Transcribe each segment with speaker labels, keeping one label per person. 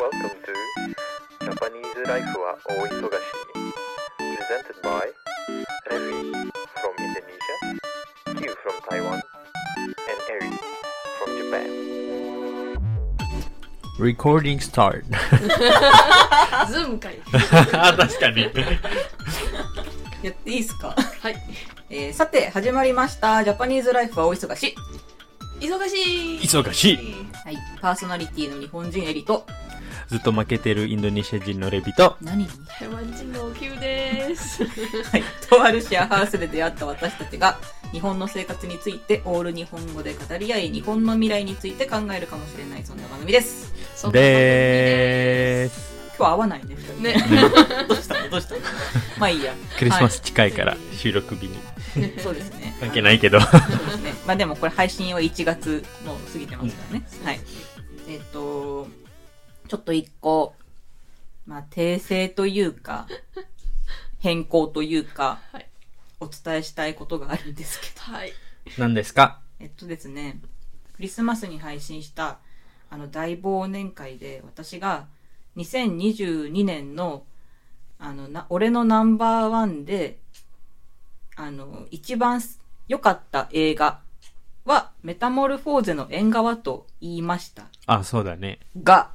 Speaker 1: Welcome to Japanese Life は大忙し Presented by Revi from Indonesia, Q from Taiwan, and Eri from Japan. Recording start.
Speaker 2: ズームかい。
Speaker 1: 確かに。
Speaker 3: やっていいですか、
Speaker 2: はい。
Speaker 3: えー、さて、始まりました。ジャパニーズライフはお忙しい。
Speaker 2: 忙しい。
Speaker 1: 忙しい。
Speaker 3: はい。パーソナリティの日本人エリと、
Speaker 1: ずっと負けてるインドネシア人のレビと、
Speaker 3: 何に
Speaker 2: 台湾人のお給 です。
Speaker 3: はい。とあるシェアハウスで出会った私たちが、日本の生活についてオール日本語で語り合い、日本の未来について考えるかもしれない、そんな番組です。
Speaker 2: そんな
Speaker 1: でーす。
Speaker 3: 今日は合わないね、二人
Speaker 2: ね。
Speaker 3: どうしたのどうしたの まあいいや。
Speaker 1: クリスマス近いから、収録日に。
Speaker 3: はいそうですね。
Speaker 1: 関係ないけど。
Speaker 3: そうですね。 まあでもこれ配信は1月もう過ぎてますからね。はい。えっ、と、ちょっと一個、まあ訂正という か、変更というか、
Speaker 2: はい
Speaker 3: お伝えしたいことがあるんですけど。
Speaker 2: はい。
Speaker 1: 何ですか
Speaker 3: えっとですね、クリスマスに配信した、あの、大忘年会で、私が2022年の、あの、な、俺のナンバーワンで、あの、一番す良かった映画は、メタモルフォーゼの縁側と言いました
Speaker 1: あ、そうだね。
Speaker 3: が、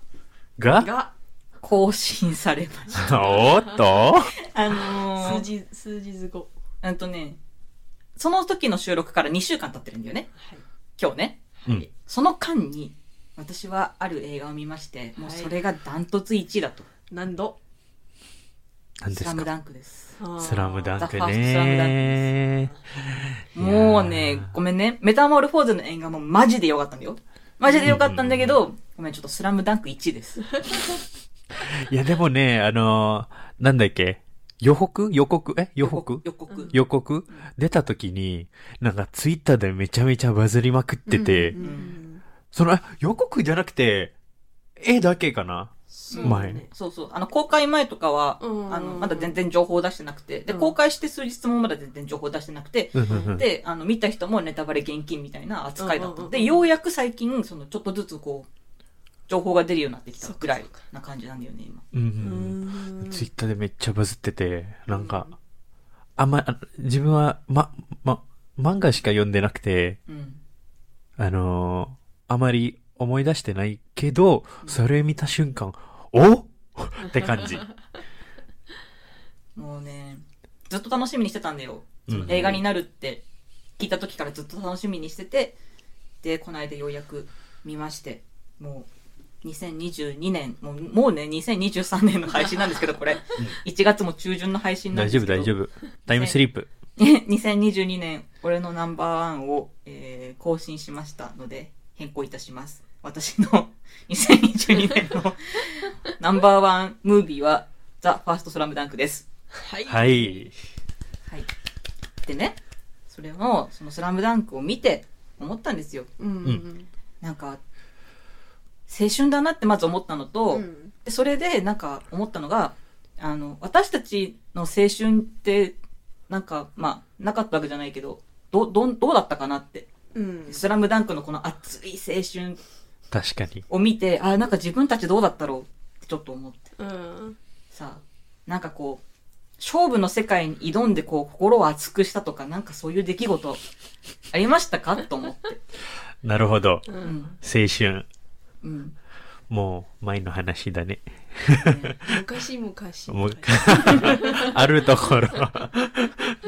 Speaker 1: が
Speaker 2: が、
Speaker 3: 更新されました。
Speaker 1: おーっ と
Speaker 3: あ
Speaker 2: 数
Speaker 3: のー、
Speaker 2: 字、数日後。
Speaker 3: うんとね、その時の収録から2週間経ってるんだよね、
Speaker 2: はい。
Speaker 3: 今日ね。
Speaker 1: うん。
Speaker 3: その間に、私はある映画を見まして、もうそれがダントツ1位だと。
Speaker 2: 何度
Speaker 1: 何で
Speaker 3: スラ
Speaker 1: す
Speaker 3: ム
Speaker 1: か
Speaker 3: ダンクです。
Speaker 1: スラムダンク
Speaker 3: ザファーストスラムダンク
Speaker 1: ねいやー
Speaker 3: もうね、ごめんね。メタモルフォーゼの映画もマジで良かったんだよ。マジで良かったんだけど、ごめん、ちょっとスラムダンク1位です。
Speaker 1: いや、でもね、あのーなんだっけ予告予告え予告
Speaker 3: 予告。
Speaker 1: 予告出た時に、なんかツイッターでめちゃめちゃバズりまくってて、
Speaker 2: うんうん
Speaker 1: その、あ予告じゃなくて、絵だけかな
Speaker 2: そううん
Speaker 1: 前。
Speaker 3: そうそう。あの、公開前とかは、
Speaker 2: うん
Speaker 3: あの、まだ全然情報出してなくて、で、
Speaker 2: うん
Speaker 3: 公開して数日もまだ全然情報出してなくて、
Speaker 1: うんうんうん
Speaker 3: で、あの、見た人もネタバレ厳禁みたいな扱いだっ
Speaker 2: うんうん
Speaker 3: た。
Speaker 2: うん
Speaker 3: で、ようやく最近、その、ちょっとずつこう、情報が出るようになってきたぐらい
Speaker 2: そっかそ
Speaker 3: な感じなんだよね、今。
Speaker 1: うん
Speaker 2: う
Speaker 1: うん
Speaker 2: ん
Speaker 1: ツイッターでめっちゃバズってて、なんか、あんま、あの自分は、ま、ま、漫画しか読んでなくて、
Speaker 3: うん。
Speaker 1: あのーあまり思い出してないけど、それ見た瞬間、おって感 じ。
Speaker 3: もうね、ずっと楽しみにしてたんだよ。
Speaker 1: うん
Speaker 3: その映画になるって聞いた時からずっと楽しみにしてて、で、この間ようやく見まして、もう、2022年、もうもうね、2023年の配信なんですけど、これ。1月も中旬の配信なん
Speaker 1: 大丈
Speaker 3: です
Speaker 1: 夫、
Speaker 3: けど。
Speaker 1: 大丈
Speaker 3: 夫、
Speaker 1: 夫。タイムスリープ。
Speaker 3: 2022年、俺のナンバーワンを、えー更新しましたので、変更いたします。私の 2022年の ナンバーワンムービーは、ザ・ファーストスラムダンクです。
Speaker 2: はい。
Speaker 1: はい。
Speaker 3: はい。でね、それの、そのスラムダンクを見て、思ったんですよ。
Speaker 2: うんうん
Speaker 3: なんか、青春だなってまず思ったのと、
Speaker 2: うん。
Speaker 3: でそれでなんか思ったのが、あの、私たちの青春って、なんか、まあ、なかったわけじゃないけど、ど、どん、どうだったかなって。
Speaker 2: うん。
Speaker 3: スラムダンクのこの熱い青春
Speaker 1: 確かに。
Speaker 3: を見て、あ、なんか自分たちどうだったろうってちょっと思って。
Speaker 2: うん。
Speaker 3: さなんかこう勝負の世界に挑んでこう心を熱くしたとかなんかそういう出来事ありましたかと 思って、
Speaker 1: なるほど。
Speaker 3: う
Speaker 2: うんん
Speaker 1: 青春。
Speaker 3: うん
Speaker 1: もう、前の話だね。
Speaker 2: 昔昔。
Speaker 1: もう、あると ころ。
Speaker 3: まあ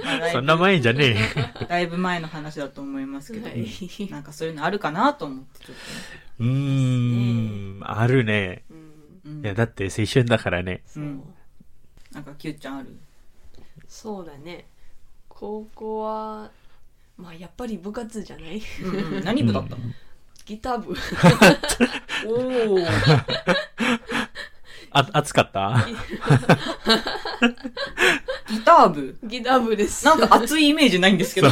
Speaker 3: だいぶ
Speaker 1: そんな前じゃね
Speaker 3: だいぶ前の話だと思いますけど、
Speaker 2: はい
Speaker 3: なんかそういうのあるかなと思ってちょっ
Speaker 1: え。うーん、あるね。
Speaker 2: うん
Speaker 3: と、うん
Speaker 1: いや、だって青春だからね。
Speaker 2: そううん
Speaker 3: なんか Q ちゃんある
Speaker 2: そうだね。高校は、まあやっぱり部活じゃない
Speaker 3: うんうん何部だったの、
Speaker 2: ギター部。
Speaker 3: おお
Speaker 1: あ、暑かった
Speaker 3: ギター部
Speaker 2: ギター部です。
Speaker 3: なんか熱いイメージないんですけど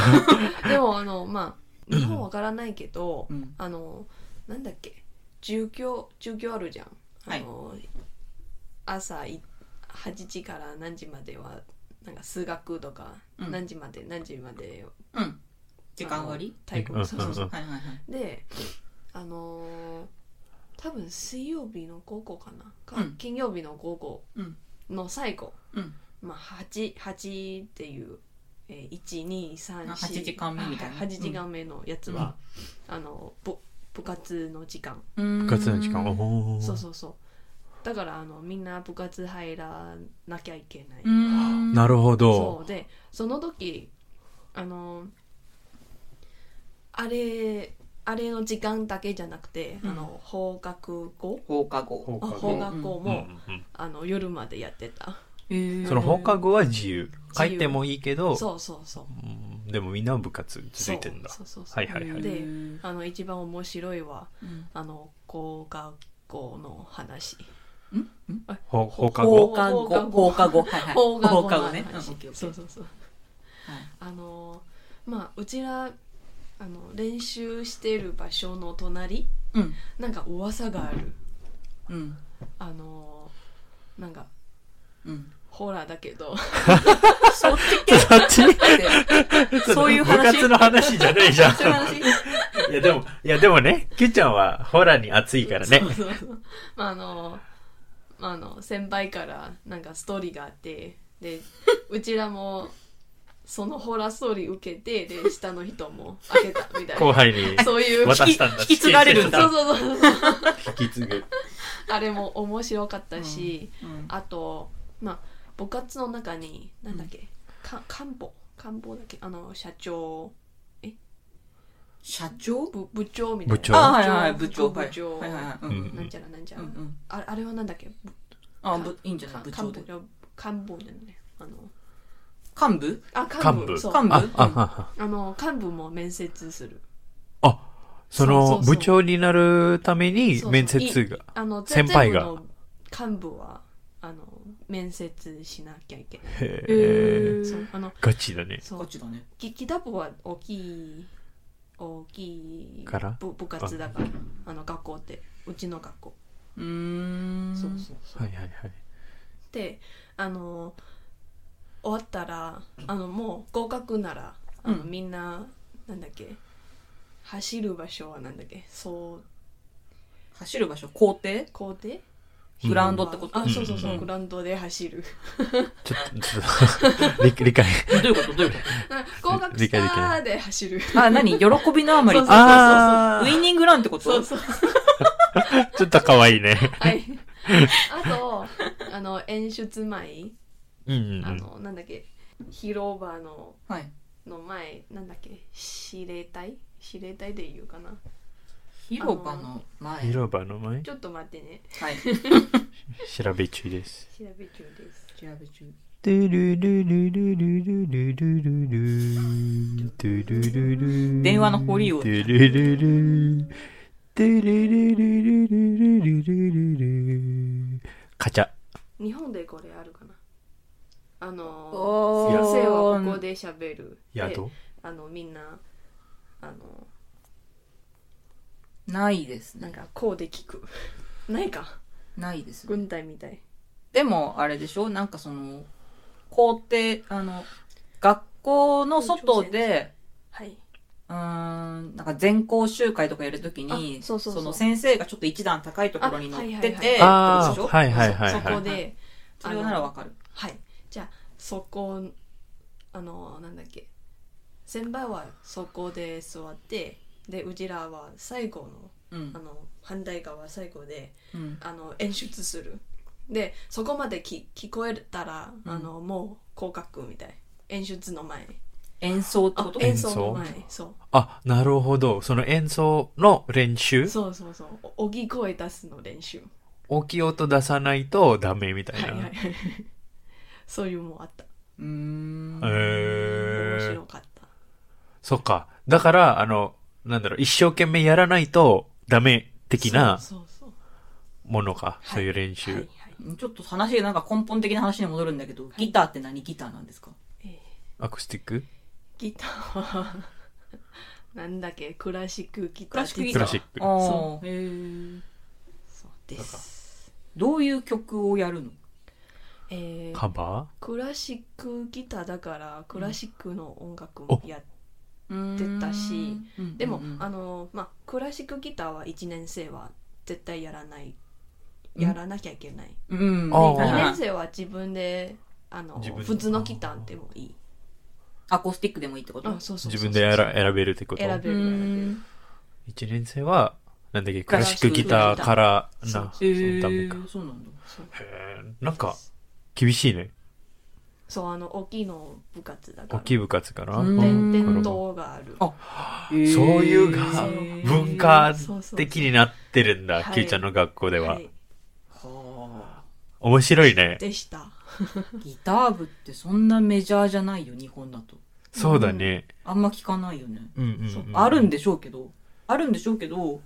Speaker 2: でもあのまあ日本わからないけど、
Speaker 3: うん
Speaker 2: あのなんだっけ住居住居あるじゃん。あの、朝い8時から何時まではなんか数学とか、
Speaker 3: うん
Speaker 2: 何時まで何時まで
Speaker 3: うん時間割
Speaker 2: あの体
Speaker 1: うん
Speaker 2: 育そうそうそう
Speaker 1: うん
Speaker 3: はいはいはい
Speaker 2: であの多分水曜日の午後かなか、
Speaker 3: うん
Speaker 2: 金曜日の午後
Speaker 3: うん
Speaker 2: の最後、
Speaker 3: うん
Speaker 2: まあ、8, 8っていう、えー、1234
Speaker 3: あ8時間目みたいな
Speaker 2: 8時間目のやつは、あのぼ部活の時間、
Speaker 3: 部
Speaker 4: 部活の時間がほー
Speaker 2: そうそうそうだからあのみんな部活入らなきゃいけない、
Speaker 3: うん
Speaker 4: なるほ
Speaker 2: そ
Speaker 4: ど
Speaker 2: うでその時あのあれあれの時間だけじゃなくて、
Speaker 3: うん
Speaker 2: あの放課後
Speaker 3: 放課後
Speaker 4: 放
Speaker 2: あ
Speaker 4: 課
Speaker 2: 放
Speaker 4: 後
Speaker 2: 課後も、
Speaker 4: うんうん
Speaker 2: あの夜までやってた
Speaker 3: へー
Speaker 4: その放課後は自由
Speaker 2: 自
Speaker 4: 帰
Speaker 2: 由
Speaker 4: ってもいいけど
Speaker 2: そうそうそう
Speaker 4: うんでもみんなは部活続いてんだ
Speaker 2: そうそうそうそう
Speaker 4: はいはいはい
Speaker 2: で
Speaker 3: うん
Speaker 2: あの一番面白いは
Speaker 3: うん
Speaker 2: あの高学校の話
Speaker 3: ん
Speaker 4: ほ放課後
Speaker 3: 放課後
Speaker 2: 放
Speaker 3: 放
Speaker 2: 課
Speaker 3: 課後はいはい
Speaker 2: 放課後
Speaker 3: 放
Speaker 2: の
Speaker 3: 課後
Speaker 2: 話、
Speaker 3: ねうんオッケーオッケー
Speaker 2: そうそうそう
Speaker 3: はい
Speaker 2: あのまあうちらあの練習してる場所の隣
Speaker 3: うん
Speaker 2: なんか噂がある
Speaker 3: うん
Speaker 2: あのなんか
Speaker 3: うん
Speaker 2: ホラーだけ ど
Speaker 3: そっち
Speaker 4: そっち
Speaker 3: 系そういう
Speaker 4: 部
Speaker 3: 話
Speaker 4: 活の話じゃな いじゃん
Speaker 3: そういう話
Speaker 4: いやでもいやでもねキュちゃんはホラーに熱いからね
Speaker 2: そうそうそうまああのまああの先輩からなんかストーリーがあってでうちらもそのホラーストーリー受けてで下の人も開けたみたい
Speaker 4: 後
Speaker 2: な
Speaker 4: 輩に
Speaker 2: そういう
Speaker 4: 渡したんだ
Speaker 3: 引き引き継がれるんだ
Speaker 2: そうそうそうそう
Speaker 4: 引き継ぐ
Speaker 2: あれも面白かったし、
Speaker 3: うん
Speaker 2: あとまあ部活の中になんだっけ、か官房官房だっけあの社長
Speaker 3: 社長
Speaker 2: 部部長みたいな
Speaker 4: 部長
Speaker 3: あはいはいはい部長
Speaker 2: 部長、
Speaker 3: はいはいはいうんうん
Speaker 4: うん
Speaker 2: なんちゃらなんちゃ
Speaker 3: う
Speaker 2: ら、
Speaker 3: んうん
Speaker 2: ああれはなんだっけ
Speaker 3: あぶいいんじゃない
Speaker 2: か
Speaker 3: 部長で
Speaker 2: 官房官房じゃないあの
Speaker 3: 幹部
Speaker 2: あ
Speaker 4: 幹
Speaker 2: 幹
Speaker 4: 部
Speaker 2: 部そう
Speaker 3: 幹部
Speaker 4: ああ
Speaker 2: あの幹部も面接する
Speaker 4: ああそ
Speaker 2: そう
Speaker 4: の
Speaker 2: そうそう
Speaker 4: 部長になるために
Speaker 2: そうそう
Speaker 4: 面接が
Speaker 2: あの
Speaker 4: 先輩が
Speaker 2: 全部の幹部はあの面接しなきゃいけない
Speaker 4: へえ
Speaker 3: ー
Speaker 2: そうあの
Speaker 4: ガチだね
Speaker 2: そ
Speaker 3: こっ
Speaker 2: う
Speaker 3: ちだね
Speaker 2: き北部は大きい大きい
Speaker 4: から
Speaker 2: 部部活だからあの学校ってうちの学校
Speaker 3: うーん
Speaker 2: そうそうそう、
Speaker 4: はいはいはい
Speaker 2: であの終わったらあのもう合格ならあの、
Speaker 3: うん
Speaker 2: みんななんだっけ走る場所はなんだっけそう
Speaker 3: 走る場所校庭
Speaker 2: 校庭
Speaker 3: グラウンドってこと
Speaker 2: あそうそうそう、
Speaker 4: うん
Speaker 2: グラウンドで走る
Speaker 4: ちょっとちょっと理理解
Speaker 3: どういうことどういうこ
Speaker 2: 合格
Speaker 4: 理
Speaker 2: し
Speaker 4: 解できな
Speaker 2: たで走る
Speaker 3: とあ何喜びのあまり
Speaker 2: そうそう
Speaker 4: あ
Speaker 3: ウイ
Speaker 4: ー
Speaker 3: ニングランってこと
Speaker 2: そうそうそう
Speaker 4: ちょっと可愛いね
Speaker 2: はい あとあの演出前
Speaker 4: うんうんう
Speaker 2: あ
Speaker 4: ん
Speaker 2: のなんだっけ広場の
Speaker 3: はい
Speaker 2: の前なんだっけ司令隊司令隊で言うかな
Speaker 3: 広場の前
Speaker 4: 広場の前
Speaker 2: ちょっと待ってね
Speaker 3: はい
Speaker 4: 調べ中です
Speaker 2: 調べ中です
Speaker 3: 調べ中
Speaker 4: ドゥルルルルルルルルルルドゥルルル
Speaker 3: 電話の保留音
Speaker 4: ドゥルルルドゥルルルルルルルルルルカチャ
Speaker 2: 日本でこれあるかなあの
Speaker 3: お
Speaker 2: 先生はここで喋るで
Speaker 4: 宿
Speaker 2: あのみんなあの
Speaker 3: ないです
Speaker 2: なん
Speaker 3: ね
Speaker 2: かこうで聞く ないか
Speaker 3: ないですね
Speaker 2: 軍隊みたい
Speaker 3: でもあれでしょなんかその校庭あの学校の外で
Speaker 2: はい、
Speaker 3: うーんなんか全校集会とかやるときに
Speaker 2: あそうそうそう
Speaker 3: の先生がちょっと一段高いところに乗っててって
Speaker 2: あ
Speaker 3: ことでし
Speaker 4: ああ
Speaker 3: ょ
Speaker 4: はいはいはい
Speaker 2: そそ
Speaker 4: は
Speaker 2: こ
Speaker 4: い
Speaker 2: で
Speaker 3: それはならわかる
Speaker 2: はいじゃあそこあのなんだっけ先輩はそこで座ってでうちらは最後
Speaker 3: う
Speaker 2: の
Speaker 3: ん
Speaker 2: あの反対側最後で
Speaker 3: うん
Speaker 2: あの演出するでそこまでき聞こえたら、
Speaker 3: うん
Speaker 2: あのもう降格みたい演出の前
Speaker 3: 演奏って
Speaker 2: あ
Speaker 3: こと
Speaker 2: 演奏の前そ
Speaker 4: あなるほどその演奏の練
Speaker 2: う
Speaker 4: 習
Speaker 2: そうそうそうお大きい声出すの練習
Speaker 4: 大きい音出さないとダメみた
Speaker 2: はいいはいは
Speaker 4: ない
Speaker 2: そういうもんあった
Speaker 3: うーん
Speaker 2: 面
Speaker 4: へえ
Speaker 2: 白かった
Speaker 4: そっかだからあのなんだろう一生懸命やらないとダメ的な
Speaker 2: そうそうそう
Speaker 4: ものか
Speaker 2: はい
Speaker 4: そういう練
Speaker 2: はいは
Speaker 4: 習
Speaker 2: い
Speaker 3: ちょっと話でなんか根本的な話に戻るんだけど、ギターって何ギターなんですか
Speaker 4: アクスティック
Speaker 2: ギターは なんだっけクラシックギター
Speaker 3: クラシックギタ
Speaker 4: ク
Speaker 3: ー
Speaker 4: ラシック
Speaker 3: あー
Speaker 2: そ
Speaker 3: へー
Speaker 2: そうです
Speaker 3: どういう曲をやるの
Speaker 2: えー
Speaker 4: カバ
Speaker 2: クラシックギターだからクラシックの音楽もやっ
Speaker 3: 出
Speaker 2: 出たし、
Speaker 3: うん
Speaker 2: でも、
Speaker 3: うんうん
Speaker 2: あのまあクラシックギターは1年生は絶対やらないやらなきゃいけない、
Speaker 3: うん。
Speaker 5: あー
Speaker 2: 2
Speaker 3: はいは
Speaker 2: 年
Speaker 3: い
Speaker 2: 生は自分であの
Speaker 4: 自分で
Speaker 2: 普通のギターでもいい
Speaker 3: アコースティックでもいいってこと
Speaker 2: あそうそうそうそう
Speaker 4: 自分でやら選べるってこと
Speaker 2: 選べる選
Speaker 4: 一年生は、なんだっけ、ク
Speaker 3: ク
Speaker 4: ラ
Speaker 3: ラ
Speaker 4: シ
Speaker 3: シッ
Speaker 4: ック
Speaker 3: ク
Speaker 4: ギターからな、
Speaker 2: そ
Speaker 4: そうの
Speaker 3: へー
Speaker 4: ダメか。
Speaker 3: そうなんだ。
Speaker 4: へーなんか、厳しいね。
Speaker 2: そうあの大きいの部活だか
Speaker 4: 大
Speaker 2: ら
Speaker 4: きい部活かな。
Speaker 3: う
Speaker 4: うん
Speaker 2: で
Speaker 4: ん
Speaker 2: 伝統がある
Speaker 3: あそう
Speaker 4: そういうが
Speaker 2: ー
Speaker 4: 文化
Speaker 2: そうそう
Speaker 4: 的になってるんだ、
Speaker 2: はい
Speaker 4: Q ちゃんの学校では。
Speaker 2: い
Speaker 3: は
Speaker 4: 面白いね。
Speaker 2: でした
Speaker 3: あ。ギター部ってそんなメジャーじゃないよ、日本だと。
Speaker 4: そうだね。
Speaker 3: あんま聞かないよね。
Speaker 4: うんうんうん
Speaker 3: そうあるんでしょうけど、あるんでしょうけど、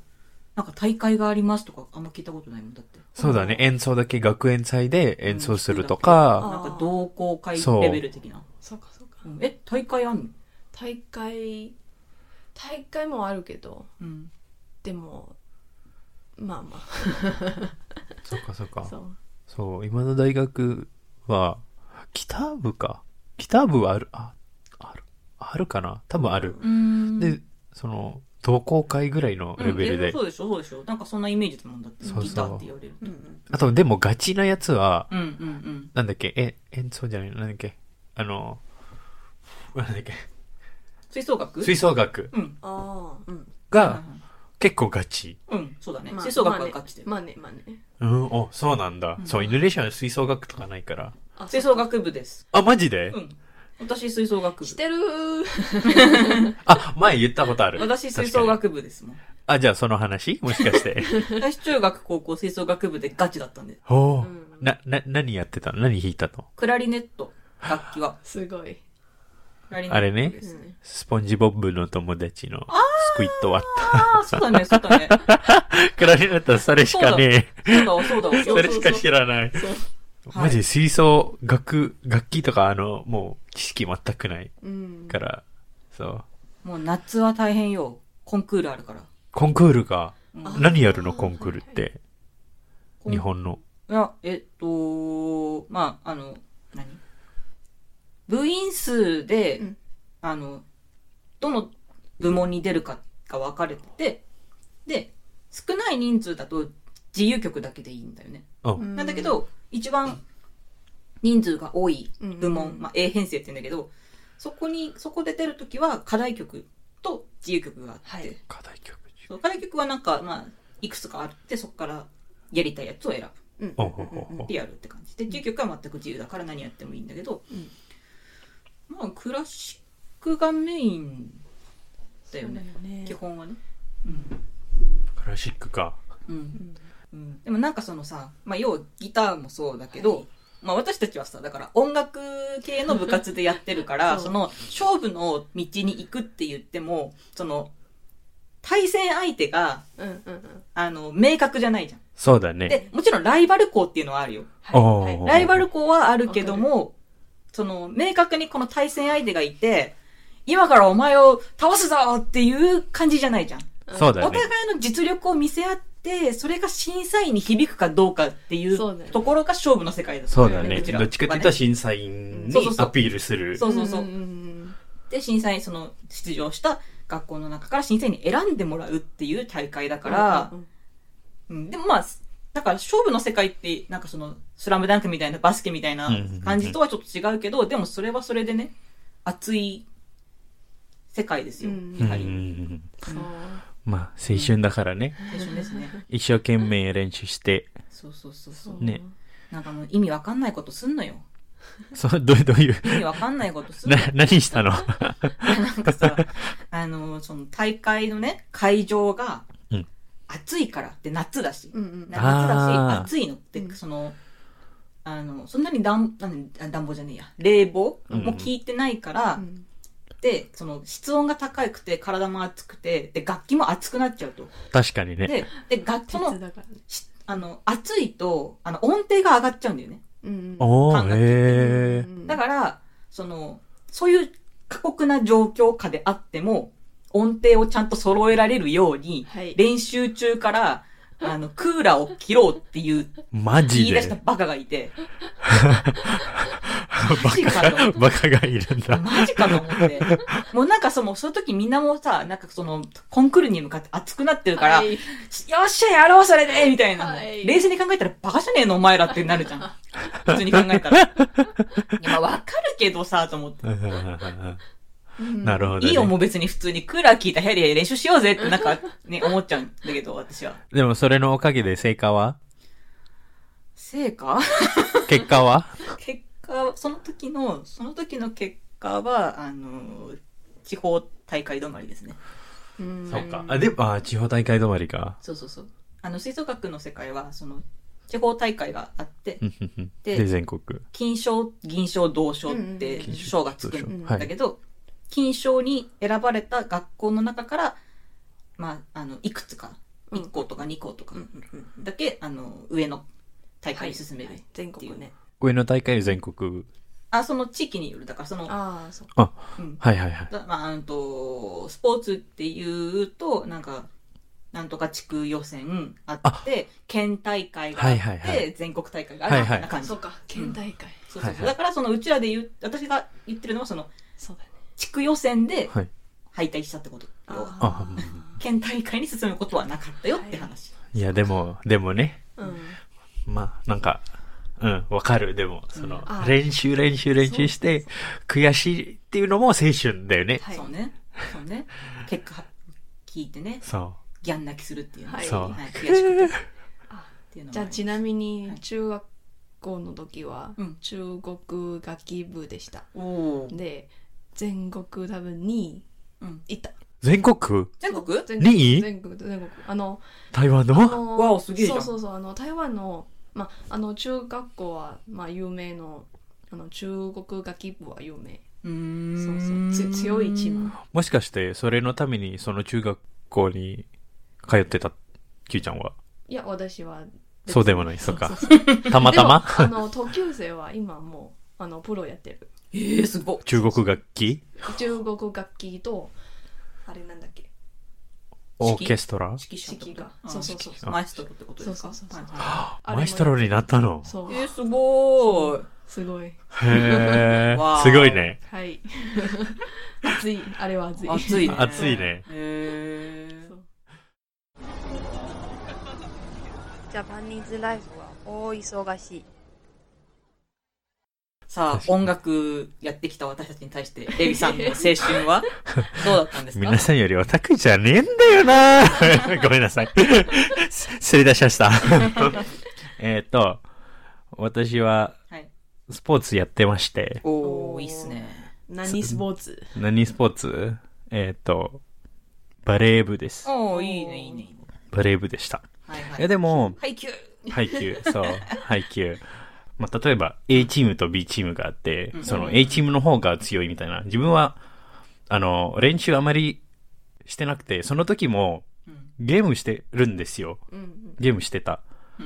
Speaker 3: なんか大会がありますとかあんま聞いたことないもんだって。
Speaker 4: そうだね。演奏だけ学園祭で演奏すると
Speaker 2: うん
Speaker 4: か、
Speaker 3: なんか同好会
Speaker 4: そう
Speaker 3: レベル的な。
Speaker 2: そうかそうか
Speaker 3: うんえ、大会あんの
Speaker 2: 大会大会もあるけど
Speaker 3: うん。
Speaker 2: でもまあま
Speaker 4: そっかそっ
Speaker 2: あ
Speaker 4: か。
Speaker 2: そう
Speaker 4: そう、今の大学は、ギター部か。ギター部はある、あ、ある、あるかな多分ある。
Speaker 3: うん
Speaker 4: で、その、同好会ぐらいのレベル
Speaker 3: うんえ
Speaker 4: で。
Speaker 3: そうでしょ、そうでしょ。なんかそんなイメージだもんだって。
Speaker 4: そうそう
Speaker 3: ギターって言われると。
Speaker 2: う
Speaker 3: うん
Speaker 2: うんん
Speaker 4: あと、でもガチなやつは、
Speaker 3: うんうん。
Speaker 4: なんだっけ、え、演奏じゃないなんだっけ、あの、なんだっけ、
Speaker 3: 吹奏楽
Speaker 4: 吹奏楽
Speaker 3: うん。
Speaker 2: ああうん
Speaker 4: が結構ガチ。
Speaker 3: うん、そうだね。
Speaker 2: まあ
Speaker 3: 吹奏楽は勝ちで。
Speaker 2: まあねまあね
Speaker 4: うん、お、そうなんだ。そう、イヌレーションは吹奏楽とかないから。
Speaker 2: あ
Speaker 3: 吹奏楽部です。
Speaker 4: あ、マジで、
Speaker 3: うん。私、吹奏楽部
Speaker 2: し。てる
Speaker 4: あ、前言ったことある。
Speaker 3: 私、吹奏
Speaker 4: 確かに。
Speaker 3: 楽部ですもん。
Speaker 4: あ、じゃあその話もしか して。
Speaker 3: 私、中学、高校、吹奏楽部でガチだったんで。
Speaker 4: おー
Speaker 2: うん
Speaker 4: な、な、何やってたの何弾いたの
Speaker 3: クラリネット、楽器は。
Speaker 2: すごい、
Speaker 3: クラリネ
Speaker 4: あれ
Speaker 3: ッ
Speaker 4: ね
Speaker 3: トで、すね。
Speaker 4: スポンジボブの友達のスクイットワッ
Speaker 3: ああ、そうだね、そうだね。
Speaker 4: ト。クラリネットはそれしかね
Speaker 3: そうだわ、そうだわ。
Speaker 4: え。 それしか知らない。
Speaker 3: そう
Speaker 4: マジで吹奏楽、楽器とかあの、もう知識全くない
Speaker 2: うん、
Speaker 4: から、そう。
Speaker 3: もう夏は大変よ。コンクールあるから。
Speaker 4: コンクールが、
Speaker 3: うん
Speaker 2: あ
Speaker 4: 何やるのコンクールって。
Speaker 3: コン
Speaker 4: 日本の。
Speaker 3: いや、えっと、まあ、あの、何部員数で、
Speaker 2: うん
Speaker 3: あの、どの部門に出るかが分かれてて、で、少ない人数だと自由曲だけでいいんだよね。
Speaker 4: うん。
Speaker 3: なんだけど、一番人数が多い部門、
Speaker 2: うん
Speaker 3: まあ、A 編成って言うんだけど、そこに、そこで出るときは課題曲と自由曲があって、
Speaker 2: はい
Speaker 4: 課題曲。
Speaker 3: そう課題曲はなんか、まあ、いくつかあって、そこからやりたいやつを選ぶ。
Speaker 2: うん
Speaker 4: おうおうおうおう
Speaker 3: でやるって感じで究極は全く自由だから何やってもいいんだけど、
Speaker 2: うん
Speaker 3: まあクラシックがメインだよね、
Speaker 2: ね
Speaker 3: 基本はね、
Speaker 4: クラシックか。
Speaker 3: うん
Speaker 2: ん
Speaker 3: うんでもなんかそのさ、まあ、要はギターもそうだけど、
Speaker 2: はい
Speaker 3: まあ、私たちはさだから音楽系の部活でやってるから
Speaker 2: そう
Speaker 3: その勝負の道に行くって言ってもその対戦相手が
Speaker 2: うんうんうん
Speaker 3: あの明確じゃないじゃん。
Speaker 4: そうだね。
Speaker 3: でもちろんライバル校っていうのはあるよ。
Speaker 2: はい
Speaker 4: お
Speaker 2: はい
Speaker 4: ー
Speaker 3: ライバル校はあるけども、その、明確にこの対戦相手がいて、今からお前を倒すぞっていう感じじゃないじゃん。
Speaker 4: そうだ
Speaker 3: お互
Speaker 4: よね
Speaker 3: い。の実力を見せ合って、それが審査員に響くかどうかっていう
Speaker 2: そうだよね
Speaker 3: ところが勝負の世界だ
Speaker 4: そうだね。
Speaker 3: うちら
Speaker 4: どっちかって言ったら審査員に
Speaker 3: そうそうそう
Speaker 4: アピールする。
Speaker 3: そうそうそう。
Speaker 2: んん
Speaker 3: で、審査員、その、出場した学校の中から審査員に選んでもらうっていう大会だから、
Speaker 2: うん
Speaker 3: うん、でもまあ、だから勝負の世界って、なんかその、スラムダンクみたいな、バスケみたいな
Speaker 4: うんうんうんうん
Speaker 3: 感じとはちょっと違うけど、でもそれはそれでね、熱い世界です
Speaker 2: うん
Speaker 3: よ。
Speaker 4: う
Speaker 2: うんん
Speaker 4: うんう
Speaker 3: はい
Speaker 4: ん。
Speaker 2: そう
Speaker 4: まあ、青春だからね。
Speaker 3: 青春ですね。
Speaker 4: 一生懸命練習して、
Speaker 3: そうそうそうそ。
Speaker 2: そうう
Speaker 4: ね
Speaker 3: なんかもう意味わかんないことすんのよ。
Speaker 4: そう、どういう、どういう、
Speaker 3: 意味わかんないことすんの
Speaker 4: な、
Speaker 3: よ。
Speaker 4: 何したの
Speaker 3: なんかさ、あの、その大会のね、会場が
Speaker 4: うん、
Speaker 3: 暑いからって夏だし。
Speaker 2: うんうん
Speaker 3: 夏だ
Speaker 4: あー
Speaker 3: し、暑いのって、
Speaker 2: うん
Speaker 3: その、あの、そんなに暖、なんあ暖房じゃねえや、冷房
Speaker 4: うん
Speaker 3: も効いてないから、
Speaker 2: うん
Speaker 3: で、その、室温が高くて、体も熱くて、で、楽器も熱くなっちゃうと。
Speaker 4: 確かにね。
Speaker 3: で、で、楽器
Speaker 2: 鉄
Speaker 3: の、
Speaker 2: だからね
Speaker 3: しあの、暑いと、あの、音程が上がっちゃうんだよね。
Speaker 2: うんうん
Speaker 4: お
Speaker 3: 感
Speaker 4: ー、
Speaker 3: 覚
Speaker 4: へー。
Speaker 3: だから、その、そういう過酷な状況下であっても、音程をちゃんと揃えられるように、
Speaker 2: はい
Speaker 3: 練習中から、あの、クーラーを切ろうっていう
Speaker 4: マ
Speaker 3: 言
Speaker 4: ジ
Speaker 3: い出した
Speaker 4: で。
Speaker 3: バカがいて。
Speaker 4: バ
Speaker 3: ジかと思
Speaker 4: カ、
Speaker 3: って
Speaker 4: バカがいるんだ。
Speaker 3: マジかと思って。 もうなんかその、その時みんなもうさ、なんかその、コンクールに向かって熱くなってるから、
Speaker 2: は
Speaker 3: よ
Speaker 2: い
Speaker 3: っしゃ、やろう、それでみたいな、
Speaker 2: はい
Speaker 3: 冷静に考えたら、バカじゃねえの、お前らってな るじゃん。普通に考えたら。いや、まあわかるけどさ、と思って。
Speaker 2: うん
Speaker 4: なるほど、ね。
Speaker 3: いいよ、もう別に普通にクーラー聞いた部屋で練習しようぜって、なんかね、思っちゃうんだけど、私は。
Speaker 4: でもそれのおかげで成果は
Speaker 3: 成果
Speaker 4: 結果は
Speaker 3: 結果、その時の、その時の結果は、あの、地方大会止まりですね。
Speaker 2: うん
Speaker 4: そうか。あ、でも、あ、地方大会止まりか。
Speaker 3: そうそうそう。あの、吹奏楽の世界は、その、地方大会があって、で
Speaker 4: で、全国。
Speaker 3: 金賞、銀賞、銅賞って
Speaker 2: うんうん
Speaker 3: 賞がつくん
Speaker 4: はい
Speaker 3: だけど、金賞に選ばれた学校の中から、まあ、あの、いくつか、
Speaker 2: うん
Speaker 3: 1校とか2校とか
Speaker 2: うんうんうん
Speaker 3: だけ、あの、上の大会に進めるっ
Speaker 2: は
Speaker 3: てい
Speaker 2: い
Speaker 3: う
Speaker 2: 全
Speaker 3: ね。
Speaker 2: 国ね
Speaker 4: 上の大会全国。
Speaker 3: あ、その地域による。だから、その、
Speaker 2: ああそう
Speaker 4: あ、
Speaker 3: うん
Speaker 4: はいはいはい。
Speaker 3: だまあ、あのと、スポーツっていうと、なんか、なんとか地区予選あって、県大会があって、
Speaker 4: はいはいはい
Speaker 3: 全国大会があるみたいな感じ。
Speaker 2: そうか県大会
Speaker 3: そうそうそう
Speaker 4: はいはい
Speaker 3: だから、その、うちらで言う、私が言ってるのは、その、
Speaker 2: そうだね
Speaker 3: 地区予選で
Speaker 4: はい。
Speaker 3: 敗退したってこと。要は
Speaker 2: あ
Speaker 4: あ
Speaker 3: 県大会に進むことはなかったよって話。
Speaker 4: いや、でも、でもね、
Speaker 2: ーうん
Speaker 4: まあ、なんか、うん、わかる。でも、その、
Speaker 2: あ
Speaker 4: 練習練習練習して、悔しいっていうのも青春だよね。
Speaker 2: はい
Speaker 3: そうね。そうね。結果、聞いてね、
Speaker 4: そ
Speaker 3: ギャン泣きするっていうね。
Speaker 2: はい
Speaker 4: そう
Speaker 3: はい、悔しくて。
Speaker 2: あ
Speaker 3: っていうの
Speaker 2: じゃあち
Speaker 3: な
Speaker 2: なみに
Speaker 3: はい
Speaker 2: 中学校の時は
Speaker 3: うん
Speaker 2: 中国楽器部でした、
Speaker 3: おー
Speaker 2: で全国多分2位
Speaker 3: うん。
Speaker 2: いた
Speaker 4: う。全国
Speaker 3: 全国
Speaker 2: そう全国
Speaker 4: 二位
Speaker 2: 全国全国あの
Speaker 4: 台湾
Speaker 2: あ
Speaker 4: の
Speaker 2: の
Speaker 3: わおすげえじゃん
Speaker 2: そうそうそうあの台湾の,、ま、あの中学校は、まあ、有名のあの中国楽器部は有名
Speaker 3: う
Speaker 2: そう
Speaker 3: ー
Speaker 2: そ
Speaker 3: ん。
Speaker 2: うつ強いチーム
Speaker 4: もしかして、それのために、その中学校に通ってた、キューちゃんは。
Speaker 2: いや私は
Speaker 4: そうでもない、そうか。たまたま
Speaker 2: でもあ の同級生は今もうあのプロやってる
Speaker 3: ええー、すごっ。
Speaker 4: 中国楽器
Speaker 2: 中国楽器とあれなんだっけ
Speaker 4: オーケストラ
Speaker 3: 指揮者ってこと
Speaker 2: 指揮が
Speaker 3: あー
Speaker 2: そうそうそう
Speaker 3: 指揮者マエストロってことですか
Speaker 2: そうそうそうそう
Speaker 3: は
Speaker 2: あれも
Speaker 4: マエストロになったの
Speaker 2: そう
Speaker 3: いはいえー、すごーい。
Speaker 2: すごい
Speaker 4: へ
Speaker 3: わ
Speaker 4: ー。
Speaker 3: ー
Speaker 4: すごいね。
Speaker 2: はい 熱いあれは熱い
Speaker 3: 熱いね。
Speaker 4: 熱いね。
Speaker 3: へー
Speaker 2: そう
Speaker 6: ジャパニーズライフは大忙しい。
Speaker 3: さあ、音楽やってきた私たちに対して、エビさんの青春 はどうだったんですか
Speaker 4: 皆さんよりオタクじゃねえんだ よなごめんなさい。 すすり出しました。えっと、私は
Speaker 3: はい。
Speaker 4: スポーツやってまして、
Speaker 3: おー、いいっすね。
Speaker 2: 何スポーツ
Speaker 4: 何スポーツえっ、と、バレー部です。
Speaker 3: おー、いいね、いいね、いいね。
Speaker 4: バレー部でした。
Speaker 3: はいはい
Speaker 4: いや、。でも、
Speaker 3: 配給
Speaker 4: 配給、そう、配給。 まあ、例えば A チームと B チームがあって、その A チームの方が強いみたいな。自分は、あの、練習あまりしてなくて、その時もゲームしてるんですよ。ゲームしてた。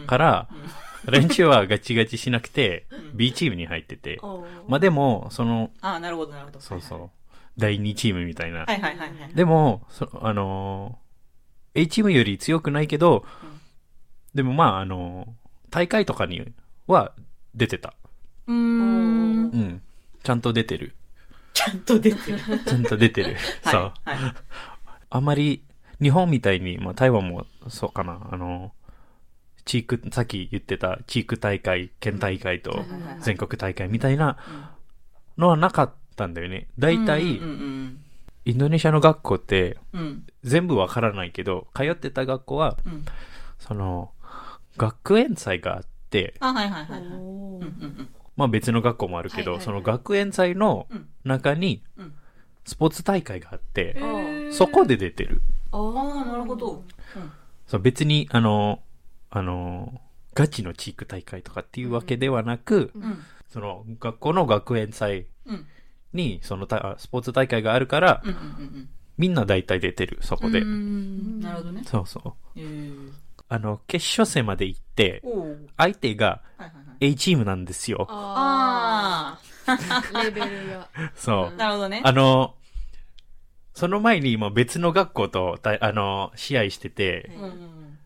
Speaker 4: から、練習はガチガチしなくて、B チームに入ってて。
Speaker 2: おー
Speaker 4: まあ、でも、その、
Speaker 3: あー、なるほど、なるほど。
Speaker 4: そうそう、第2チームみたい
Speaker 3: は
Speaker 4: な。
Speaker 3: いはいはいはい。
Speaker 4: でも、そあのー A チームより強くないけど、でもまあ、あのー大会とかには出てた。
Speaker 3: うーん。
Speaker 4: うん。ちゃんと出てる。
Speaker 3: ちゃんと出てる。
Speaker 4: ちゃんと出てる。そ
Speaker 3: は
Speaker 4: う。
Speaker 3: い。はい。
Speaker 4: あまり、日本みたいに、まあ台湾もそうかな、あのー地域、さっき言ってた地域大会、県大会と
Speaker 3: はいはいはい
Speaker 4: 全国大会みたいなのはなかったんだよね。大体
Speaker 3: う、ん
Speaker 4: インドネシアの学校って
Speaker 3: うんうん。うん。
Speaker 4: 全部わからないけど、通ってた学校は
Speaker 3: うん。
Speaker 4: その、学園祭があって、
Speaker 3: あ、はいはいはいはい。うん
Speaker 2: お
Speaker 3: う
Speaker 2: ー
Speaker 3: んうん。
Speaker 4: まあ別の学校もあるけど、
Speaker 2: はいはいはい
Speaker 4: その学園祭の
Speaker 3: うん
Speaker 4: 中に
Speaker 3: うん、
Speaker 4: スポーツ大会があって、
Speaker 2: ー
Speaker 4: そこで出てる。
Speaker 2: あ
Speaker 3: あー、なるほど。
Speaker 4: そう別に、あの、あの、ガチの地区大会とかっていうわけではなく、
Speaker 3: うん。
Speaker 4: その学校の学園祭
Speaker 3: うん。
Speaker 4: に、そのたスポーツ大会があるから、
Speaker 3: うんうんうん
Speaker 4: みんな大体出てる、そこで。
Speaker 3: うん。なるほどね。
Speaker 4: そうそう。
Speaker 3: えー。
Speaker 4: あの、決勝戦まで行って、
Speaker 3: おー。
Speaker 4: 相手が
Speaker 3: はいはいはい。
Speaker 4: A チームなんですよ。
Speaker 2: あ
Speaker 3: あ
Speaker 2: ーレベルが
Speaker 4: そう
Speaker 3: ー。。なるほどね。
Speaker 4: あの、その前に今別の学校とた、あの、試合してて、
Speaker 3: うんうんうん。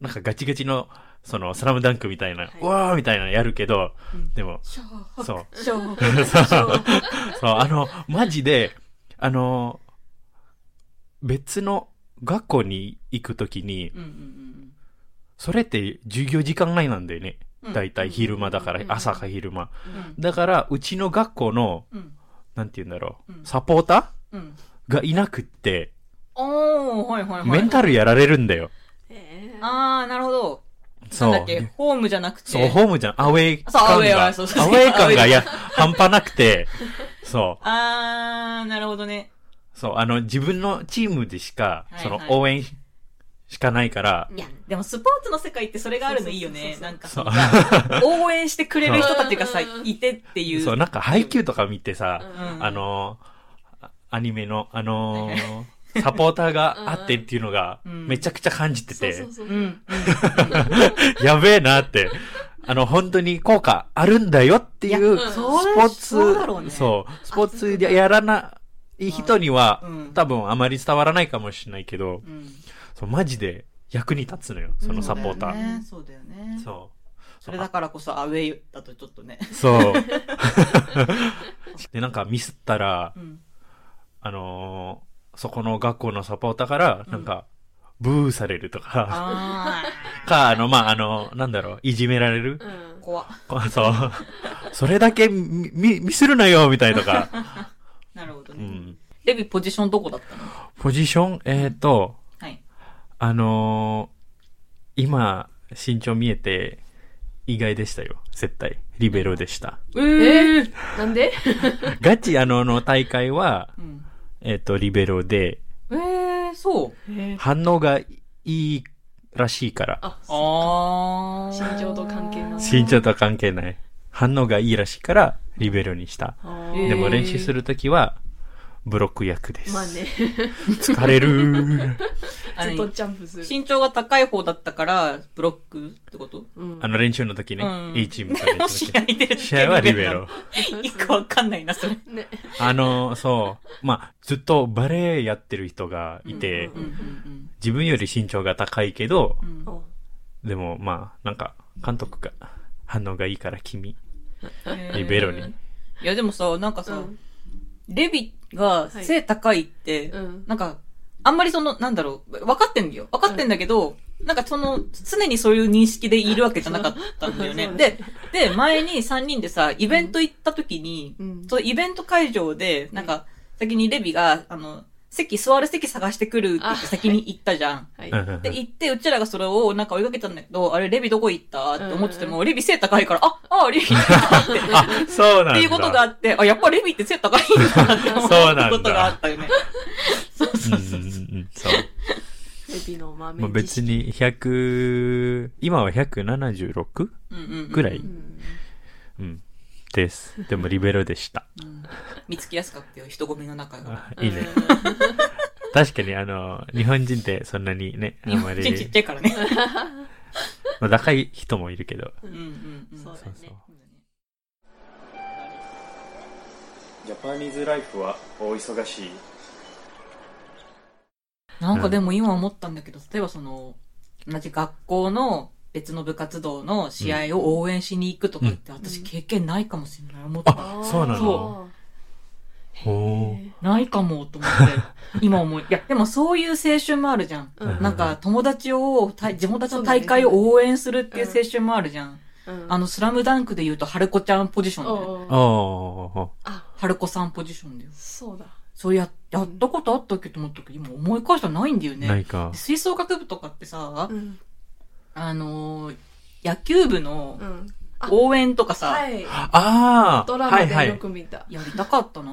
Speaker 4: なんかガチガチのその、スラムダンクみたいな、
Speaker 2: はいう
Speaker 4: わーみたいなのやるけど、
Speaker 3: うん
Speaker 4: でも、
Speaker 2: ショー
Speaker 4: そう。
Speaker 3: ショー。
Speaker 4: そうそう、あの、マジで、あの、別の学校に行くときに、
Speaker 3: うんうんうん
Speaker 4: それって授業時間外なんだよね。
Speaker 3: うん。
Speaker 4: だいたい昼間だか
Speaker 2: う
Speaker 4: ら、
Speaker 2: ん
Speaker 4: 朝か昼間。
Speaker 3: うん
Speaker 4: だから、うちの学校の、
Speaker 3: うん
Speaker 4: なんて言うんだろ
Speaker 3: うん
Speaker 4: う、サポータ
Speaker 3: うん。
Speaker 4: ーがいなくって、
Speaker 3: おー、はいはいはい。
Speaker 4: メンタルやられるんだよ。
Speaker 2: えー、
Speaker 3: あー、なるほど。な
Speaker 4: そ
Speaker 3: ん
Speaker 4: う
Speaker 3: だっ。け、ホームじゃなくて。
Speaker 4: そう、ホームじゃん。アウェイ
Speaker 3: そうアウ
Speaker 4: 感
Speaker 3: ェイ
Speaker 4: が、
Speaker 3: は
Speaker 4: アウ
Speaker 3: そうそう
Speaker 4: ェイ感がや、半端なくて、そう。
Speaker 3: あー、なるほどね。
Speaker 4: そう、あの、自分のチームでしか
Speaker 3: は、い
Speaker 4: その
Speaker 3: はい、
Speaker 4: 応援ししかないから、
Speaker 3: いや、でもスポーツの世界ってそれがあるのいいよね。
Speaker 2: そうそうそうそう
Speaker 3: なんかそのさ、応援してくれる人たちがさ、
Speaker 2: そう
Speaker 3: いてっていう。
Speaker 4: そう、なんか、配給とか見て
Speaker 2: う
Speaker 4: さ、
Speaker 2: ん
Speaker 3: うん
Speaker 4: あのー、あアニメの、あの ー、サポーターがあってっていうのが、
Speaker 3: うん。
Speaker 4: めちゃくちゃ感じて
Speaker 2: そうそ、
Speaker 4: て
Speaker 2: うそううん
Speaker 3: うん。
Speaker 4: やべえなって、あの、本当に効果あるんだよってい、
Speaker 2: いうやうん
Speaker 4: ス
Speaker 3: それ
Speaker 4: ポー
Speaker 3: そうだろうね
Speaker 4: ツ、そう、スポーツでやらない人には
Speaker 3: うん、
Speaker 4: 多分あまり伝わらないかもしれないけど、
Speaker 3: うん。
Speaker 4: そうマジで役に立つのよ、そのサポータ
Speaker 3: そうだよ
Speaker 4: ー。
Speaker 3: ね。そうだよね。
Speaker 4: そう。
Speaker 3: それだからこそアウェイだとちょっとね。
Speaker 4: そう。 で、なんかミスったら
Speaker 3: う、ん。
Speaker 4: あのーそこの学校のサポーターから、なんか、ブーされるとか、
Speaker 3: あ
Speaker 4: か、あの、まあ、あの、なんだろう、いじめられる
Speaker 2: う、ん
Speaker 3: ー、怖っ
Speaker 4: こそう。それだけみ、み、ミスるなよ、みたいとか。
Speaker 3: なるほど
Speaker 4: う
Speaker 3: ね。
Speaker 4: ん。
Speaker 3: レビポジションどこだったの
Speaker 4: ポジション、えーと、
Speaker 3: はい。
Speaker 4: あのー今、身長見えて、意外でしたよ、絶対。リベロでした。
Speaker 3: え
Speaker 2: ーなんで
Speaker 4: ガチ、あの、の大会は、
Speaker 3: うん。
Speaker 4: えっ、と、リベロで、
Speaker 3: えー、そう。
Speaker 4: 反応がいいらしいから。
Speaker 2: あ
Speaker 3: あー。
Speaker 2: 身長と関係ない
Speaker 4: 身長とは関係ない。反応がいいらしいから、リベロにした。
Speaker 2: あ
Speaker 3: へー
Speaker 2: ー
Speaker 4: でも練習するときは、ブロック役です。
Speaker 2: まあね
Speaker 4: 疲れる。
Speaker 3: あ
Speaker 2: ずっ
Speaker 3: 何
Speaker 2: とジャンプする
Speaker 3: 身長が高い方だったから、ブロックってこと
Speaker 2: うん
Speaker 4: あの練習の時ね、
Speaker 3: うん
Speaker 4: A チームと練習
Speaker 3: 試
Speaker 4: の
Speaker 3: 合
Speaker 4: 時。
Speaker 3: 出る
Speaker 4: 試合はリベロ。。
Speaker 3: 一個わかんないな、それ。
Speaker 2: ね
Speaker 4: あの、そう。まあ、ずっとバレエやってる人がいて、
Speaker 2: うん
Speaker 3: うんうん
Speaker 4: 自分より身長が高いけど、
Speaker 3: うん。
Speaker 2: お
Speaker 4: でもまあ、なんか、監督が、反応がいいから君、リベロ
Speaker 3: え
Speaker 4: に
Speaker 3: ー。いや、でもさ、なんか
Speaker 2: う
Speaker 3: さ、
Speaker 2: ん
Speaker 3: レビが背高いって、
Speaker 2: うん
Speaker 3: なんか、あんまりその、なんだろう、分かってんだよ。分かってんだけど、なんかその、常にそういう認識でいるわけじゃなかったんだよね。
Speaker 2: そう
Speaker 3: で、で、前に3人でさ、イベント行った時に、
Speaker 2: うん
Speaker 3: そのイベント会場で、なんか、先にレビが、あの、席、座る席探してくるって言って先に行ったじゃん。
Speaker 2: はい
Speaker 4: うんうんうん
Speaker 3: で、行って、うちらがそれをなんか追いかけたんだけど、あれ、レビどこ行ったって思ってて
Speaker 2: うん
Speaker 3: も、レビ背高いから、あ、あ、レビ行ったって。
Speaker 4: あ、そうなんだ。
Speaker 3: っていうことがあって、あ、やっぱレビって背高いんだなって思
Speaker 4: そうなんだ
Speaker 3: うことがあったよね。そう
Speaker 4: うん
Speaker 3: そううん
Speaker 4: う。
Speaker 3: そうん
Speaker 4: うんそう。
Speaker 2: レビの豆
Speaker 4: まあ、別
Speaker 2: 知識
Speaker 4: に100、今は 176?
Speaker 3: うんうんうん
Speaker 4: ぐらい
Speaker 2: うん
Speaker 4: うん。です。でもリベロでした。
Speaker 3: 見つけやすかったよ、人混みの中が。
Speaker 4: あいいね。確かにあの、日本人ってそんなにね、あ
Speaker 3: 日
Speaker 4: んま
Speaker 3: 本 人ち
Speaker 4: り
Speaker 3: っ、ちゃいからね。
Speaker 4: まあ、高い人もいるけど。
Speaker 3: うんうんうん。
Speaker 2: そうだ
Speaker 4: そうそう
Speaker 2: ね。
Speaker 1: ジャパニーズライフは大忙しい。
Speaker 3: なんかでも今思ったんだけど、例えばその、同じ学校の別の部活動の試合を応援しに行くとかって、私経験ないかもしれない。思った。
Speaker 4: あ、そうなのほー
Speaker 3: ないかもと思って、今思い。いや、でもそういう青春もあるじゃん。
Speaker 2: うん
Speaker 3: なんか友達を、たい地元の大会を応援するっていう青春もあるじゃん。
Speaker 2: うん
Speaker 3: あの、スラムダンクで言うと、春子ちゃんポジションだよね。
Speaker 2: おうおう
Speaker 4: あ
Speaker 2: あ
Speaker 3: 春子さんポジションだよ。
Speaker 2: そうだ
Speaker 3: そうや、やったことあったっけと思ったけど、今思い返したらないんだよ
Speaker 4: あ、な
Speaker 3: ね
Speaker 4: い。か。
Speaker 3: 吹奏楽部とかってさ、
Speaker 2: うん
Speaker 3: あのー野球部の
Speaker 2: うんあ
Speaker 3: 応援とかさ、
Speaker 2: はい
Speaker 4: ああ
Speaker 2: ドラ
Speaker 4: は
Speaker 2: マ
Speaker 4: いは
Speaker 2: でよ
Speaker 4: い。
Speaker 2: く見た
Speaker 3: やりたかった
Speaker 2: う
Speaker 3: な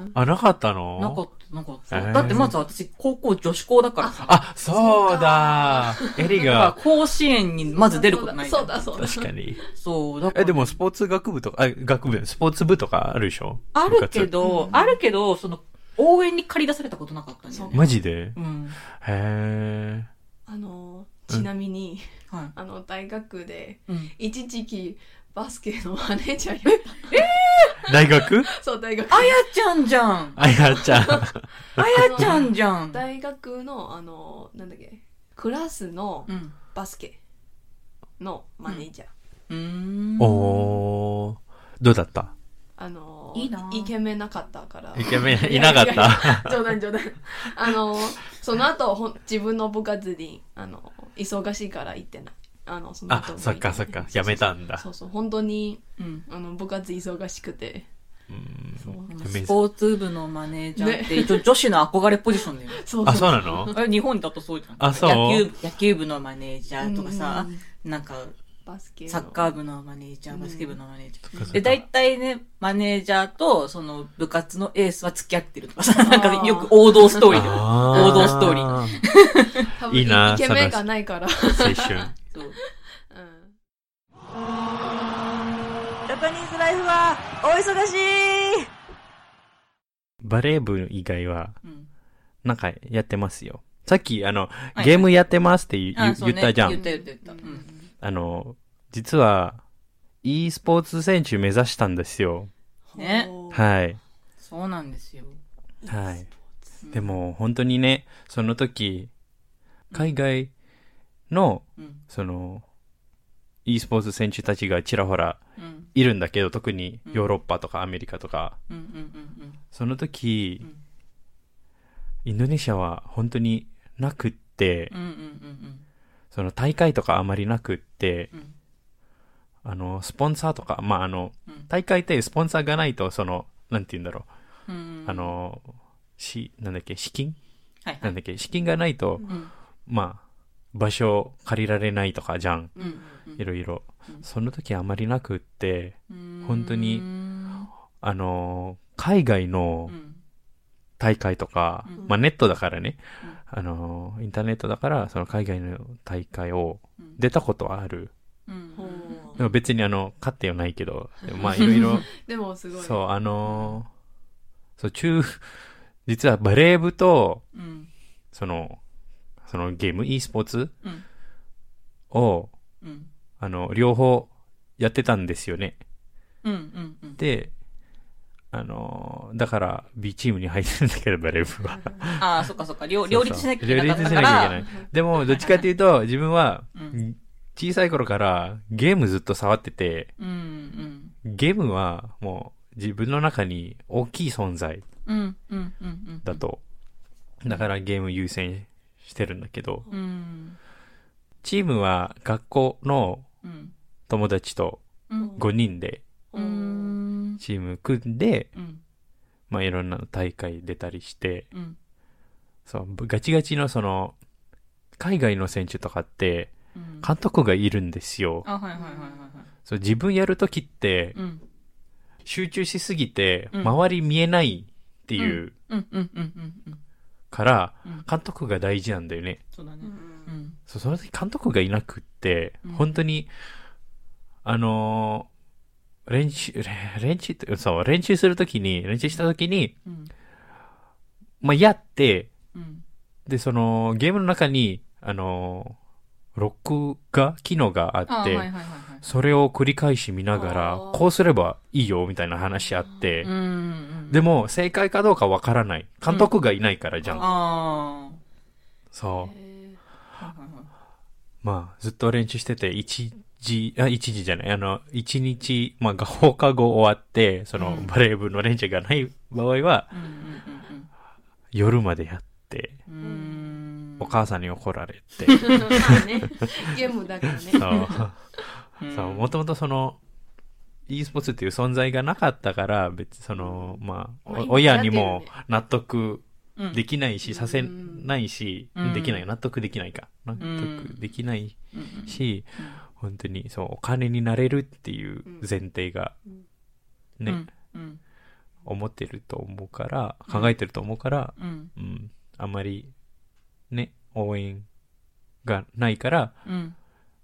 Speaker 2: ん
Speaker 4: あ、なかった
Speaker 3: ぁなか
Speaker 4: の
Speaker 3: った、なかっ
Speaker 4: へ
Speaker 3: た。
Speaker 4: ー
Speaker 3: だってまず私、高校女子校だからさ。
Speaker 4: あ、そうだエ
Speaker 3: だ
Speaker 4: リ
Speaker 3: から
Speaker 4: が、
Speaker 3: 甲子園にまず出ることないじゃ
Speaker 2: そ
Speaker 3: ん
Speaker 2: うだそうだ
Speaker 4: 確
Speaker 2: そう
Speaker 4: か
Speaker 2: だ
Speaker 4: に。
Speaker 3: そう、だから。
Speaker 4: え、でもスポーツ学部とか、あ、学部、スポーツ部とかあるでしょ
Speaker 3: あるけ。
Speaker 4: 部
Speaker 3: ど、あるけど、その、応援に借り出されたことなかったんだよ
Speaker 2: そう
Speaker 4: 活
Speaker 3: ね。
Speaker 4: マジで
Speaker 3: うん。
Speaker 4: へえ。
Speaker 2: あのちなみに
Speaker 3: はい。
Speaker 2: あの大学で
Speaker 3: うん。
Speaker 2: 一時期バスケのマネージャーやっ
Speaker 4: 大 学
Speaker 2: たそう大学
Speaker 3: あやちゃんじゃん
Speaker 4: あやちゃん。
Speaker 3: あやちゃんじゃん
Speaker 2: 大学のあのなんだっけクラスの
Speaker 3: うん。
Speaker 2: バスケのマネージャー、
Speaker 3: うーん
Speaker 4: おーどうだった
Speaker 2: あの
Speaker 3: いいな
Speaker 2: イケメンなかったから
Speaker 4: イケメン いなかった。
Speaker 2: 冗談冗談あのその後ほん自分の部活にあの忙しいから行ってないあのその後
Speaker 4: あ、そっかそっか、やめたんだ。
Speaker 2: そうそう本当に
Speaker 3: うん
Speaker 2: あの部活忙しくて
Speaker 4: うん
Speaker 2: そう
Speaker 3: でも
Speaker 4: イメージ
Speaker 3: スポーツ部のマネージャーって一応女子の憧れポジションだよね。
Speaker 2: そう
Speaker 4: あ、そうなの
Speaker 3: あれ日本だとそうじゃん。
Speaker 4: あそう
Speaker 3: 野球野球部のマネージャーとかさ
Speaker 2: うん、
Speaker 3: なんか
Speaker 2: バスケの
Speaker 3: サッカー部のマネージャー、バスケ部のマネージャ
Speaker 4: そっか
Speaker 3: ー。で、大体ね、マネージャーとその部活のエースは付き合ってるとかさ、なんかよく王道ストーリーだよ。王道ストーリー
Speaker 4: ー。
Speaker 2: 多分
Speaker 4: いいな
Speaker 2: イケメンがないから、
Speaker 4: 青春。
Speaker 3: そう
Speaker 2: うん
Speaker 6: ジャパニーズライフは大忙しい
Speaker 4: バレー部以外は、
Speaker 3: うん
Speaker 4: なんかやってますよ。さっき、あの、
Speaker 3: はい
Speaker 4: ゲームやってますって言,、
Speaker 3: あそうね
Speaker 4: 言ったじゃ
Speaker 3: 言っ
Speaker 4: ん。
Speaker 3: た言った言った。うん
Speaker 4: あの、実は、e スポーツ選手目指したんですよ。
Speaker 3: ね
Speaker 2: ほう
Speaker 4: はい。
Speaker 3: そうなんですよ。
Speaker 4: はい。
Speaker 3: うん
Speaker 4: で、も、本当にね、その時、海外の、
Speaker 3: うん
Speaker 4: その、e スポーツ選手たちがちらほら
Speaker 3: うん
Speaker 4: いるんだけど、特にヨーロッパとかアメリカとか、
Speaker 3: うんうんうん
Speaker 4: その時
Speaker 3: う、ん
Speaker 4: インドネシアは本当になくって、
Speaker 3: うんうんうん
Speaker 4: その大会とかあまりなくって
Speaker 3: う、ん
Speaker 4: あの、スポンサーとか、まあ、あの、
Speaker 3: うん
Speaker 4: 大会ってスポンサーがないと、その、なんて言うんだろ
Speaker 3: うんうん
Speaker 4: う、あの、し、なんだっけ、資金
Speaker 3: はいは
Speaker 4: ないんだっけ、資金がないと、
Speaker 3: うん
Speaker 4: まあ、場所を借りられないとかじゃん。
Speaker 3: うんうん
Speaker 4: いろいろ
Speaker 3: う。ん
Speaker 4: その時あまりなくって、
Speaker 3: うん
Speaker 4: 本当に
Speaker 3: うん
Speaker 4: あの、海外の
Speaker 3: うん
Speaker 4: 大会とか、
Speaker 3: うん
Speaker 4: まあネットだからね、あの、インターネットだから、その海外の大会を
Speaker 3: うん
Speaker 4: 出たことはある。
Speaker 3: うん
Speaker 2: ほう
Speaker 4: でも別にあの、勝ってはないけ ど、でもまあいろいろ、
Speaker 2: でもすごい
Speaker 4: そう、あのーそう、中、 実はバレー部と、
Speaker 3: うん
Speaker 4: その、そのゲーム、e スポーツ
Speaker 3: うん
Speaker 4: を、
Speaker 3: うん
Speaker 4: あの、両方やってたんですよね。
Speaker 3: うんうんうん
Speaker 4: で、あのーだから、B チームに入ってるんだけど、バレー部は。
Speaker 3: ああそっかそっか両 両立しなきゃいけなかった
Speaker 4: 両立し
Speaker 3: か
Speaker 4: なきゃいけ
Speaker 3: ら
Speaker 4: ない。でも、どっちかっていうと、自分は
Speaker 3: うん、
Speaker 4: 小さい頃からゲームずっと触ってて、
Speaker 3: うんうん
Speaker 4: ゲームはもう自分の中に大きい存在
Speaker 3: うんうんうんうん
Speaker 4: だと。だからゲーム優先してるんだけど、
Speaker 3: うん
Speaker 4: チームは学校の
Speaker 3: うん
Speaker 4: 友達と
Speaker 3: うん
Speaker 4: 5人で
Speaker 3: うんうん
Speaker 4: チーム組んで、
Speaker 3: うん
Speaker 4: まあ、いろんな大会出たりして、
Speaker 3: うん
Speaker 4: そう、ガチガチのその、海外の選手とかって、
Speaker 3: うん
Speaker 4: 監督がいるんですよ。
Speaker 3: あはいはいはいはいはい
Speaker 4: そう自分やるときって、
Speaker 3: うん
Speaker 4: 集中しすぎて、
Speaker 3: うん
Speaker 4: 周り見えないっていう
Speaker 3: うんうんうんうんうん
Speaker 4: から、
Speaker 3: うん
Speaker 4: 監督が大事なんだよね。
Speaker 3: そうだねうん
Speaker 4: そうその時監督がいなくって
Speaker 3: うん、
Speaker 4: 本当に、あのー練習、 れ練習って、そう、練習するときに、練習したときに、
Speaker 3: うん
Speaker 4: まあ、やって、
Speaker 3: うん
Speaker 4: で、その、ゲームの中に、あのー録画機能があって、
Speaker 3: あはいはいはいはい
Speaker 4: それを繰り返し見ながら
Speaker 2: あー、
Speaker 4: こうすればいいよ、みたいな話あって
Speaker 3: うん、うん
Speaker 4: でも、正解かどうかわからない。監督がいないからじゃん。
Speaker 3: あ
Speaker 4: そう。
Speaker 2: へー
Speaker 3: あはいはいはい
Speaker 4: まあ、ずっと練習してて、1時、あ、1時じゃない、あの、1日、まあ、放課後終わって、その
Speaker 3: う、ん
Speaker 4: バレー部の練習がない場合は、
Speaker 3: うんうん
Speaker 4: 夜までやって、
Speaker 3: うんうんうん
Speaker 4: お母さんに怒られ て、
Speaker 2: ねゲームだからね
Speaker 4: そう。そう、もともとその、e スポーツっていう存在がなかったから、別にその、まあ、
Speaker 2: まあ
Speaker 4: お
Speaker 2: 今
Speaker 4: 親に
Speaker 2: やっ
Speaker 4: も
Speaker 2: てる
Speaker 4: 納得
Speaker 3: うん
Speaker 4: できない
Speaker 2: う
Speaker 4: し、
Speaker 2: ん
Speaker 4: させないし、
Speaker 3: うん
Speaker 4: できない、納得できないか。納得できない
Speaker 3: うんうん
Speaker 4: し、
Speaker 3: うん
Speaker 4: 本当に、そう、お金になれるっていう前提が、ね、
Speaker 3: うん
Speaker 4: 思ってると思うから、考えてると思うから、
Speaker 3: うん
Speaker 4: うん、あんまり、ね、応援がないから、
Speaker 3: うん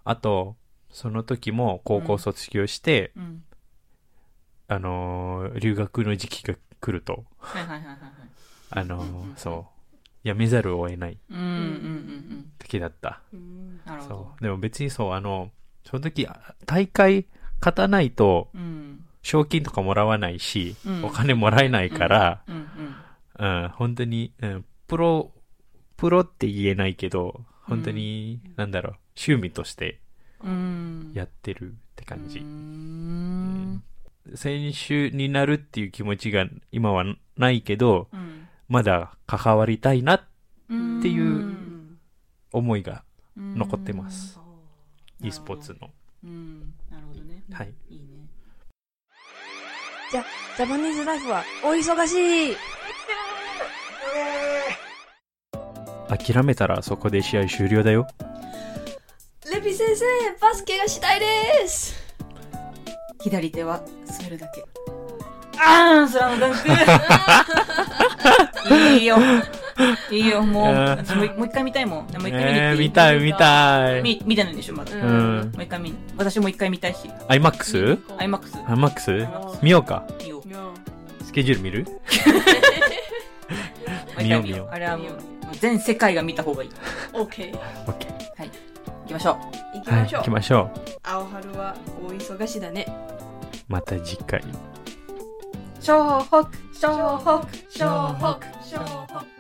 Speaker 4: あと、その時も高校卒業して、
Speaker 3: うん
Speaker 4: あのー留学の時期が来ると、
Speaker 3: はいはいはいはいはい
Speaker 4: あのーそう、やめざるを得ない
Speaker 3: うんうんうん
Speaker 4: 時だった。
Speaker 2: うん
Speaker 3: うんなるほど
Speaker 4: そう。でも別にそう、あの、その時、あ大会勝たないと、
Speaker 3: うん
Speaker 4: 賞金とかもらわないし、
Speaker 3: うん
Speaker 4: お金もらえないから、
Speaker 3: うんうん
Speaker 4: うん、本当に、うん、プロ、プロって言えないけど、本当に、なんだろう、趣味として
Speaker 2: あ
Speaker 3: うん
Speaker 4: やってるって感じ
Speaker 3: うー。ん
Speaker 4: 選手になるっていう気持ちが今はないけど、
Speaker 3: うん
Speaker 4: まだ関わりたいな
Speaker 3: うん
Speaker 4: っていうん思いが残ってます。e スポーツの。
Speaker 3: うんなるほどね
Speaker 4: はい。
Speaker 3: いいね
Speaker 6: ジャパニーズライフは大忙しい
Speaker 4: 諦めたらそこで試合終了だよ。
Speaker 2: レビ先生バスケがしたいです
Speaker 3: 左手は滑るだけあーんスラムダン クいいよいいよもう
Speaker 4: あー
Speaker 3: 私もうもう一回見たいもんもう一回見に
Speaker 4: え
Speaker 3: 行っ
Speaker 4: ー、
Speaker 3: ていい
Speaker 4: 見たい見たい。
Speaker 3: み見たのでしょまだ、
Speaker 2: う
Speaker 3: も
Speaker 4: うんん。
Speaker 3: う一回見私もう一回見たいし
Speaker 4: IMAX?
Speaker 3: アイマックス
Speaker 4: IMAX?
Speaker 2: あ
Speaker 4: 見ようか。
Speaker 3: 見よう
Speaker 2: 見よ
Speaker 4: スケジュール見る
Speaker 3: も一回
Speaker 4: 見よう見よう
Speaker 3: あれはもうもう全世界が見た方がいいう
Speaker 2: OK
Speaker 4: オッケー
Speaker 3: 行きましょう
Speaker 2: 行き
Speaker 4: は
Speaker 2: ま
Speaker 4: い、
Speaker 2: しょ
Speaker 4: 行
Speaker 2: う、
Speaker 4: きましょ
Speaker 2: 青春は大忙しだね
Speaker 4: う。また次回。
Speaker 3: 湘北湘北
Speaker 2: 湘北湘北